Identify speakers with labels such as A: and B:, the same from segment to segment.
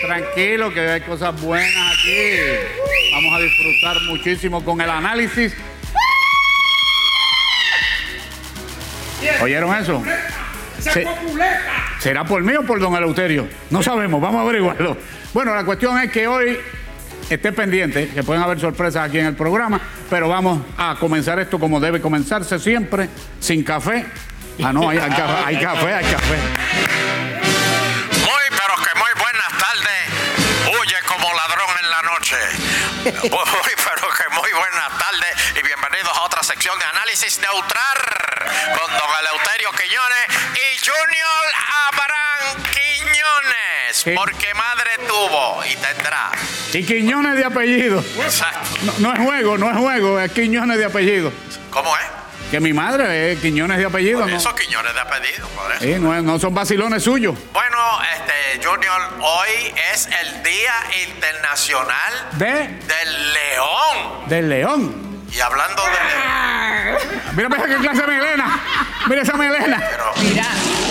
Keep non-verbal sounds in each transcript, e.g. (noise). A: Tranquilo, que hay cosas buenas aquí. Vamos a disfrutar muchísimo con el análisis. ¿Oyeron eso? Se- ¿Será por mí o por don Eleuterio? No sabemos, vamos a averiguarlo. Bueno, la cuestión es que hoy esté pendiente, que pueden haber sorpresas aquí en el programa, pero vamos a comenzar esto como debe comenzarse siempre, sin café. Ah, no, hay, hay café, hay café, hay café.
B: Muy, pero que muy buenas tardes. Huye como ladrón en la noche. Muy, pero que muy buenas tardes y bienvenidos a otra sección de análisis neutral con don Eleuterio Quiñones y Junior Abraham Quiñones.
A: Sí.
B: Porque madre tuvo y tendrá.
A: Y Quiñones de apellido.
B: Exacto.
A: No, no es juego, no es juego, es Quiñones de apellido.
B: ¿Cómo es?
A: Que mi madre es Quiñones de apellido,
B: Por
A: ¿no?
B: eso Quiñones de apellido, por eso.
A: Sí, no, es- no son vacilones suyos.
B: Bueno, este, Junior, hoy es el Día Internacional
A: De,
B: del León.
A: del león.
B: Y hablando de.
A: Mira, mira qué clase de melena. Mira esa melena.
B: Pero,
C: Mira,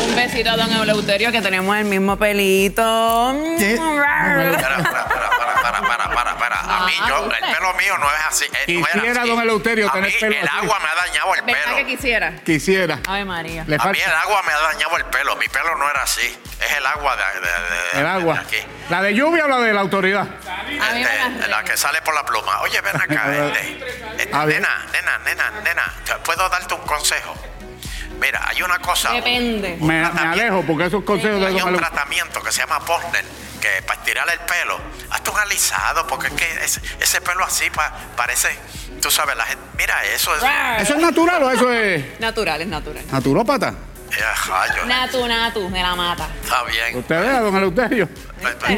C: un besito a don Eleuterio que tenemos el mismo pelito. Mm,
D: ¿Qué?
B: para, para, para, para, para, para, para, para. A mí, yo,
C: Ah,
B: el pelo mío no es así. eh, no era
A: Quisiera,
B: así.
A: don Eleuterio,
B: A
A: tener
B: mí
A: pelo
B: El
A: así.
B: agua me ha dañado el
C: ¿Verdad que
B: pelo.
C: quisiera?
A: Quisiera.
C: Ave María.
A: Le
B: A mí
A: falta
B: el agua me ha dañado el pelo. Mi pelo no era así. Es el agua de, de- de- de-
A: el
B: de
A: agua.
B: aquí.
A: ¿La de lluvia o la de la autoridad?
C: A mí me
B: Este,
C: las
B: la
C: reglas.
B: que sale por la pluma. Oye, ven acá,
A: (laughs)
B: este, este,
A: A ver.
B: nena, nena, nena, nena. ¿te ¿Puedo darte un consejo? Mira, hay una cosa.
C: Depende.
A: Me, me alejo porque esos consejos de
B: Ah, Hay
A: don
B: un
A: Eleuterio.
B: tratamiento que se llama Posner, que para estirar el pelo, hazte un alisado, porque es que ese, ese pelo así pa- parece, tú sabes, la gente, mira eso, es,
A: ¿Eso es natural o eso es
C: Natural, es natural.
A: naturópata?
B: Eh, rayo,
C: Natu, natu, me la mata.
B: está bien.
A: Usted vea, don Eleuterio.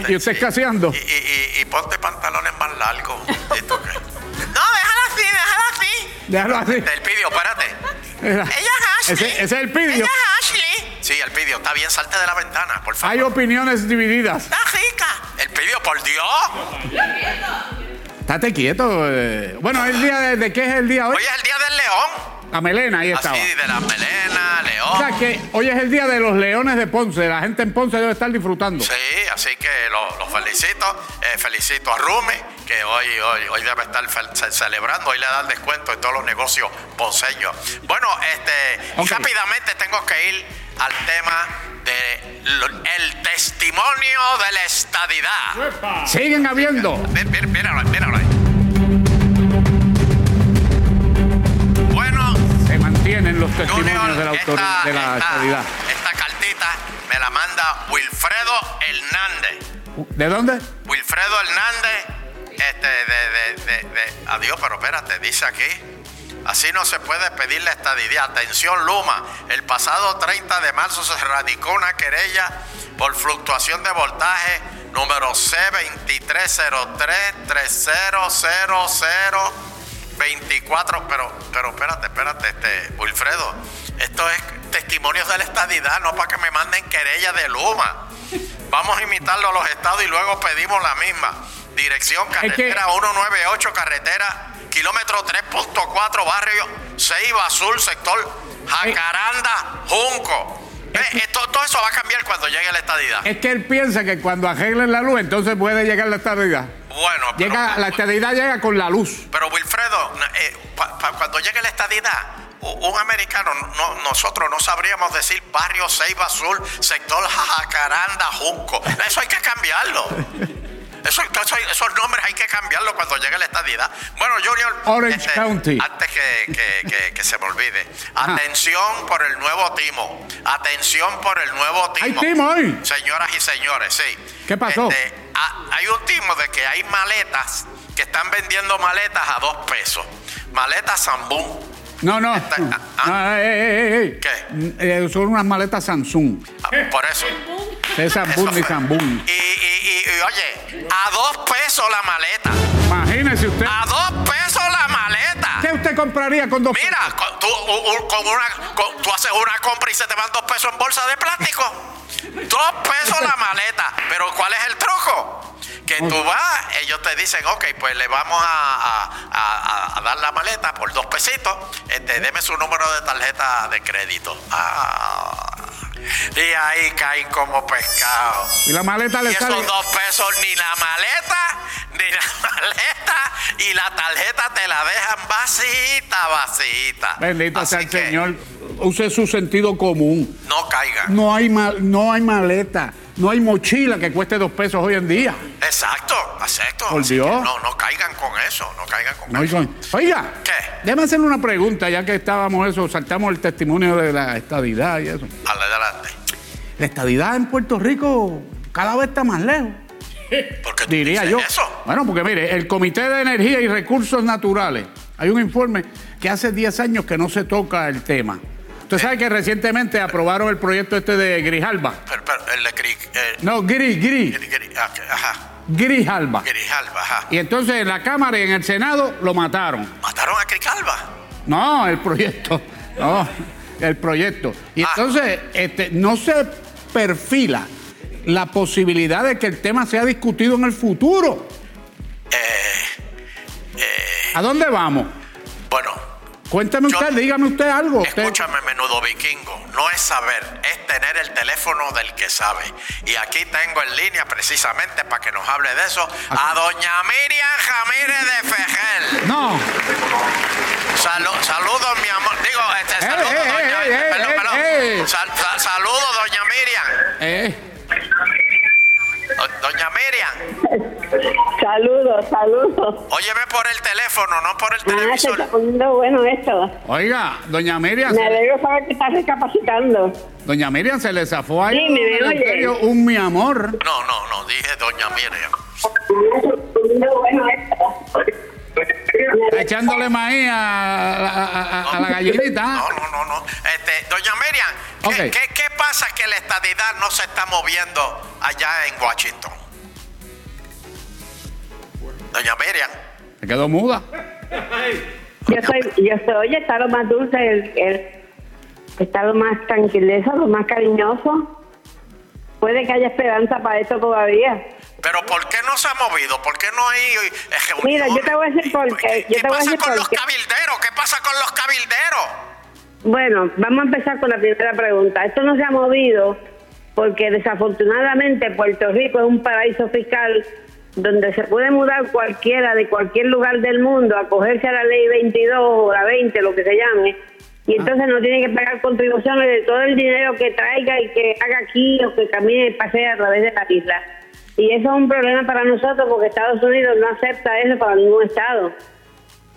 A: Y usted escaseando.
B: Y, y- y- y ponte pantalones más largos.
A: (laughs)
B: ¿esto qué? No, déjala así, déjala así.
A: Déjalo así.
B: El pidio, espérate.
A: Ella
B: es Ashley.
A: Ese, ese es el pidio.
B: es Ashley. Sí, el pidio, está bien, salte de la ventana, por favor.
A: Hay opiniones divididas.
B: Está rica. El pidio, por Dios.
A: Estate quieto. eh. Bueno, el día de, de qué es el día hoy?
B: Hoy es el día del león.
A: La melena,
B: Ah,
A: ahí estaba.
B: Así de la melena,
A: O sea
B: león.
A: que hoy es el día de los leones de Ponce. La gente en Ponce debe estar disfrutando.
B: Sí, así que lo, lo felicito. Eh, felicito a Rumi, que hoy, hoy, hoy debe estar fel- ce- celebrando. Hoy le dan descuento en todos los negocios ponceños. Bueno, este,
A: Ok.
B: rápidamente tengo que ir al tema de lo- el testimonio de la estadidad.
A: Siguen habiendo.
B: Mí- mí- Míralo, ahí, míralo. ahí. Bueno,
A: Se mantienen los testimonios
B: Junior,
A: de la autoridad,
B: esta-
A: de la
B: esta-
A: estadidad.
B: Esta cartita me la manda Wilfredo Hernández.
A: ¿De dónde?
B: Wilfredo Hernández, este, de, de- de- de- adiós, pero espérate, dice aquí. Así no se puede pedir la estadidad. Atención, Luma. El pasado 30 de marzo se radicó una querella por fluctuación de voltaje número C2303-3000-24. Pero, pero espérate, espérate, este, Wilfredo. Esto es testimonios de la estadidad, no para que me manden querella de Luma. Vamos a imitarlo a los estados y luego pedimos la misma. Dirección carretera 198, carretera kilómetro 3.4, barrio Ceiba Azul, sector Jacaranda, Junco. Ve, esto, todo eso va a cambiar cuando llegue la estadidad.
A: Es que él piensa que cuando arreglen la luz, entonces puede llegar la estadidad.
B: Bueno, pero,
A: Llega, la estadidad llega con la luz.
B: pero Wilfredo, na- eh, pa- pa- cuando llegue la estadidad, u- un americano, no, nosotros no sabríamos decir barrio Ceiba Azul, sector Jacaranda, Junco. Eso hay que cambiarlo. Eso- eso- esos nombres hay que cambiarlos cuando llegue la estadidad. Bueno, Junior, este,
A: Orange County.
B: antes que, que- que- que se me olvide, atención por el nuevo timo. Atención por el nuevo timo.
A: Hay timo hoy.
B: Señoras y señores, sí.
A: ¿Qué pasó?
B: Este, ha- hay un timo de que hay maletas que están vendiendo maletas a dos pesos. Maletas Zambú.
A: No, no.
B: Esta-
A: No, eh,
B: ah.
A: ey, ey, ey, ey.
B: ¿Qué?
A: Eh, son unas maletas Samsung.
B: Ah, Por eso.
A: Es
B: eso
A: Samsung y
B: fue.
A: Samsung.
B: Y, y- y- y, oye, a dos pesos la maleta.
A: Imagínese usted.
B: A dos pesos la maleta.
A: ¿Qué usted compraría con dos
B: Mira, con- tú, u- u- con una, con- tú haces una compra y se te van dos pesos en bolsa de plástico. Dos pesos la maleta. Pero ¿cuál es el truco? Que tú vas, ellos te dicen, ok, pues le vamos a, a- a- a dar la maleta por dos pesitos. Este, deme su número de tarjeta de crédito. Ah, Y ahí caen como pescado.
A: Y la maleta
B: Y
A: le sale.
B: esos dos pesos, ni la maleta, ni la (laughs) maleta, y la tarjeta te la dejan vacita, vacita.
A: Bendito
B: Así
A: sea el
B: que
A: Señor. Use su sentido común.
B: No caigan.
A: No hay, ma- no hay maleta, no hay mochila que cueste dos pesos hoy en día.
B: Exacto, exacto.
A: Por
B: Así
A: Dios.
B: que No, no caigan con eso, no caigan con
A: No hay
B: eso.
A: con- Oiga,
B: ¿Qué?
A: déjame hacerle una pregunta, ya que estábamos eso, saltamos el testimonio de la estadidad y eso.
B: Adelante.
A: La estadidad en Puerto Rico cada vez está más lejos.
B: ¿Por qué tú
A: Diría
B: dices
A: yo.
B: Eso?
A: Bueno, porque mire, el Comité de Energía y Recursos Naturales, hay un informe que hace 10 años que no se toca el tema. Usted sabe que recientemente aprobaron el proyecto este de Grijalba.
B: Pero, pero, el de Cri- el-
A: No, Gris, Gris,
B: Gri- Gri- ah, que- ajá,
A: Grijalba.
B: Grijalva, ajá.
A: Y entonces en la Cámara y en el Senado lo mataron.
B: Mataron a Grijalva.
A: No, el proyecto. No, el proyecto. Y
B: Ah.
A: entonces este, no se perfila la posibilidad de que el tema sea discutido en el futuro.
B: Eh,
A: ¿A dónde vamos?
B: Bueno,
A: Cuéntame
B: eh. Yo-
A: usted, dígame usted algo. Usted-
B: escúchame, menudo vikingo. No es saber, es tener el teléfono del que sabe. Y aquí tengo en línea, precisamente para que nos hable de eso, a doña Miriam Jamírez de Fejel.
A: No,
B: Salu- saludos, mi amor. Digo, este,
A: Eh,
B: saludos,
A: eh,
B: doña.
A: eh, eh,
B: perdón,
A: eh,
B: perdón.
A: eh.
B: Sal- sal- saludos, doña Miriam.
A: eh,
B: Do- Doña Miriam,
D: Saludos, saludos.
B: óyeme por el teléfono, no por el
D: Ah, se está
B: televisor.
D: poniendo bueno esto.
A: oiga, doña Miriam,
D: Me
A: se,
D: alegro saber que estás recapacitando.
A: doña Miriam se le zafó ahí
D: Sí,
A: un,
D: me oye.
A: adulterio, un mi amor.
B: No, no, no, dije doña Miriam.
D: Ah, se está poniendo bueno esto.
A: Echándole maíz a, a- a- a la gallinita.
B: No, no, no, no. Este, doña Miriam, ¿qué,
A: Ok.
B: qué- qué pasa que la estadidad no se está moviendo allá en Washington? Doña Miriam.
A: Se quedó muda.
D: Yo soy, yo soy, oye, está lo más dulce, el, el- está lo más tranquiloso, lo más cariñoso. Puede que haya esperanza para esto todavía.
B: Pero ¿por qué no se ha movido? ¿Por qué no hay eh, reuniones?
D: Mira, yo te voy a decir por qué,
B: ¿Qué,
D: yo
B: qué
D: te voy a
B: pasa
D: decir
B: con
D: por
B: los
D: qué.
B: cabilderos? ¿Qué pasa con los cabilderos?
D: Bueno, vamos a empezar con la primera pregunta. Esto no se ha movido porque desafortunadamente Puerto Rico es un paraíso fiscal donde se puede mudar cualquiera de cualquier lugar del mundo, acogerse a la ley 22 o la 20, lo que se llame,
B: Ah.
D: y entonces no tiene que pagar contribuciones de todo el dinero que traiga y que haga aquí o que camine y pasee a través de la isla. Y eso es un problema para nosotros porque Estados Unidos no acepta eso para ningún estado.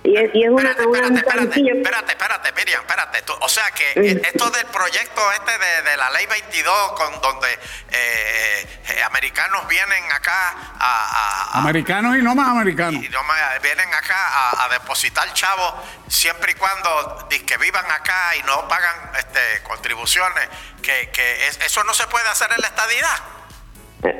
D: Y es, y es una,
B: espérate,
D: una-
B: espérate,
D: un
B: espérate,
D: tranquillo.
B: espérate, espérate, Miriam, espérate. Tú- o sea que
D: Mm.
B: eh, esto del proyecto este de, de la ley 22, con donde eh, eh, eh, americanos vienen acá a- a- a,
A: Americanos y no más americanos.
B: Y no me- vienen acá a, a depositar chavos siempre y cuando que vivan acá y no pagan este, contribuciones, que, que es- eso no se puede hacer en la estadidad.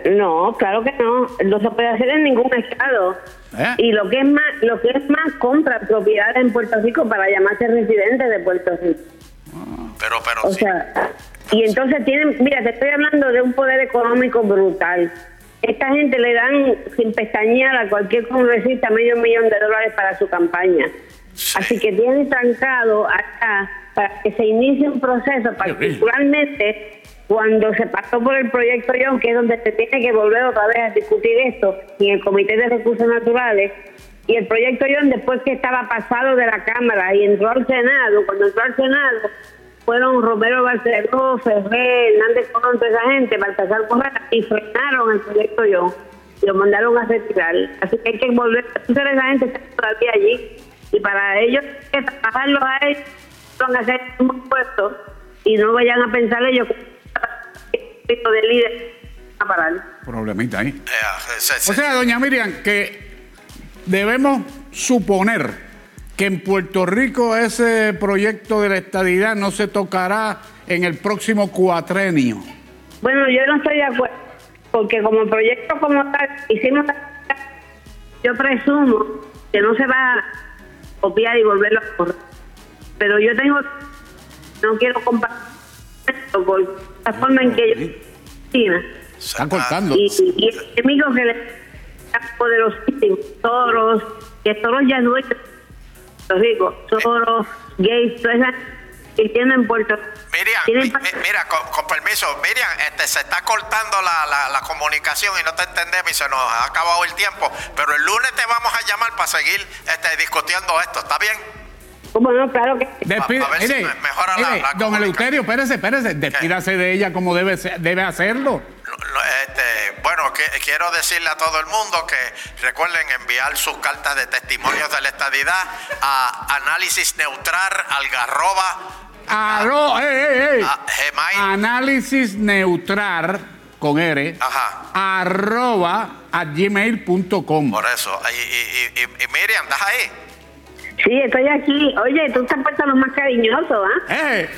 D: No, claro que no. No se puede hacer en ningún estado.
A: ¿Eh?
D: Y lo que es más, lo que es más, compra propiedad en Puerto Rico para llamarse residente de Puerto Rico.
B: Pero, pero
D: O
B: sí.
D: sea, y entonces tienen, mira, te estoy hablando de un poder económico brutal. Esta gente le dan sin pestañear a cualquier congresista medio millón de dólares para su campaña. Así que tienen trancado acá para que se inicie un proceso, particularmente cuando se pasó por el proyecto John, que es donde se tiene que volver otra vez a discutir esto en el Comité de Recursos Naturales. Y el proyecto John, después que estaba pasado de la Cámara y entró al Senado, cuando entró al Senado, fueron Romero Barceló, Ferrer, Hernández Colón, toda esa gente, Baltasar Correa, y frenaron el proyecto John. Lo mandaron a retirar. Así que hay que volver. Entonces, esa gente está todavía allí. Y para ellos, hay que trabajarlos a ellos, van a hacer un puesto y no vayan a pensar ellos que esto de líder a parar.
A: Problemita ahí.
B: eh, se- se-
A: O sea, doña Miriam, que debemos suponer que en Puerto Rico ese proyecto de la estadidad no se tocará en el próximo cuatrenio.
D: Bueno, yo no estoy de acuerdo, porque como proyecto como tal, hicimos la- yo presumo que no se va a copiar y volverlo a correr. Pero yo tengo, no quiero compartir esto por la forma en que yo...
B: Ah,
A: Está cortando.
D: y, y el enemigo que le está poderosísimo, Soros, que Soros ya es dueño de Puerto Rico, Soros, Gates, toda esa y tienen Puerto
B: Miriam,
D: tienen
B: mi-
D: pa-
B: mi- mira, con, con permiso, Miriam, este, se está cortando la, la- la comunicación y no te entendemos y se nos ha acabado el tiempo, pero el lunes te vamos a llamar para seguir este, discutiendo esto, ¿está bien?
D: ¿Cómo no? Claro que
A: Despide-
B: A- a ver si
A: mire,
B: me- mejora la-
A: mire,
B: la
A: don
B: comunicación.
A: Eleuterio, espérese, espérese, despídase de ella como debe, ser- debe hacerlo.
B: No, no, este, bueno, que- quiero decirle a todo el mundo que recuerden enviar sus cartas de testimonios de la estadidad a análisis neutral algarroba
A: Arro- ey, ey, ey.
B: a Gmail.
A: eh, Análisis neutral con R.
B: Ajá.
A: Arroba a gmail.com.
B: Por eso. Y, y- y- y- y Miriam, ¿estás ahí?
D: sí, estoy aquí. Oye, tú te has puesto lo más cariñoso, ¿ah?
A: ¡Eh!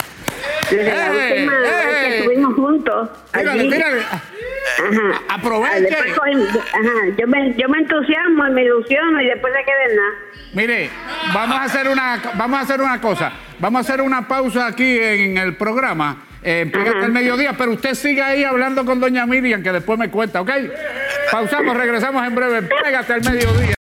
D: Desde la
A: ¡Eh!
D: última vez
A: ¡Eh!
D: que estuvimos juntos.
A: Tírale,
D: allí.
A: tírale.
D: Ajá. Ah,
A: eh, Aproveche.
D: después cogen- ajá, yo, me, yo me entusiasmo y me ilusiono y después se queda en nada.
A: Mire, vamos a hacer una vamos a hacer una cosa. Vamos a hacer una pausa aquí en el programa. Eh, empieza hasta el mediodía, pero usted siga ahí hablando con doña Miriam, que después me cuenta, ¿ok? Pausamos, regresamos en breve. Pégate al mediodía.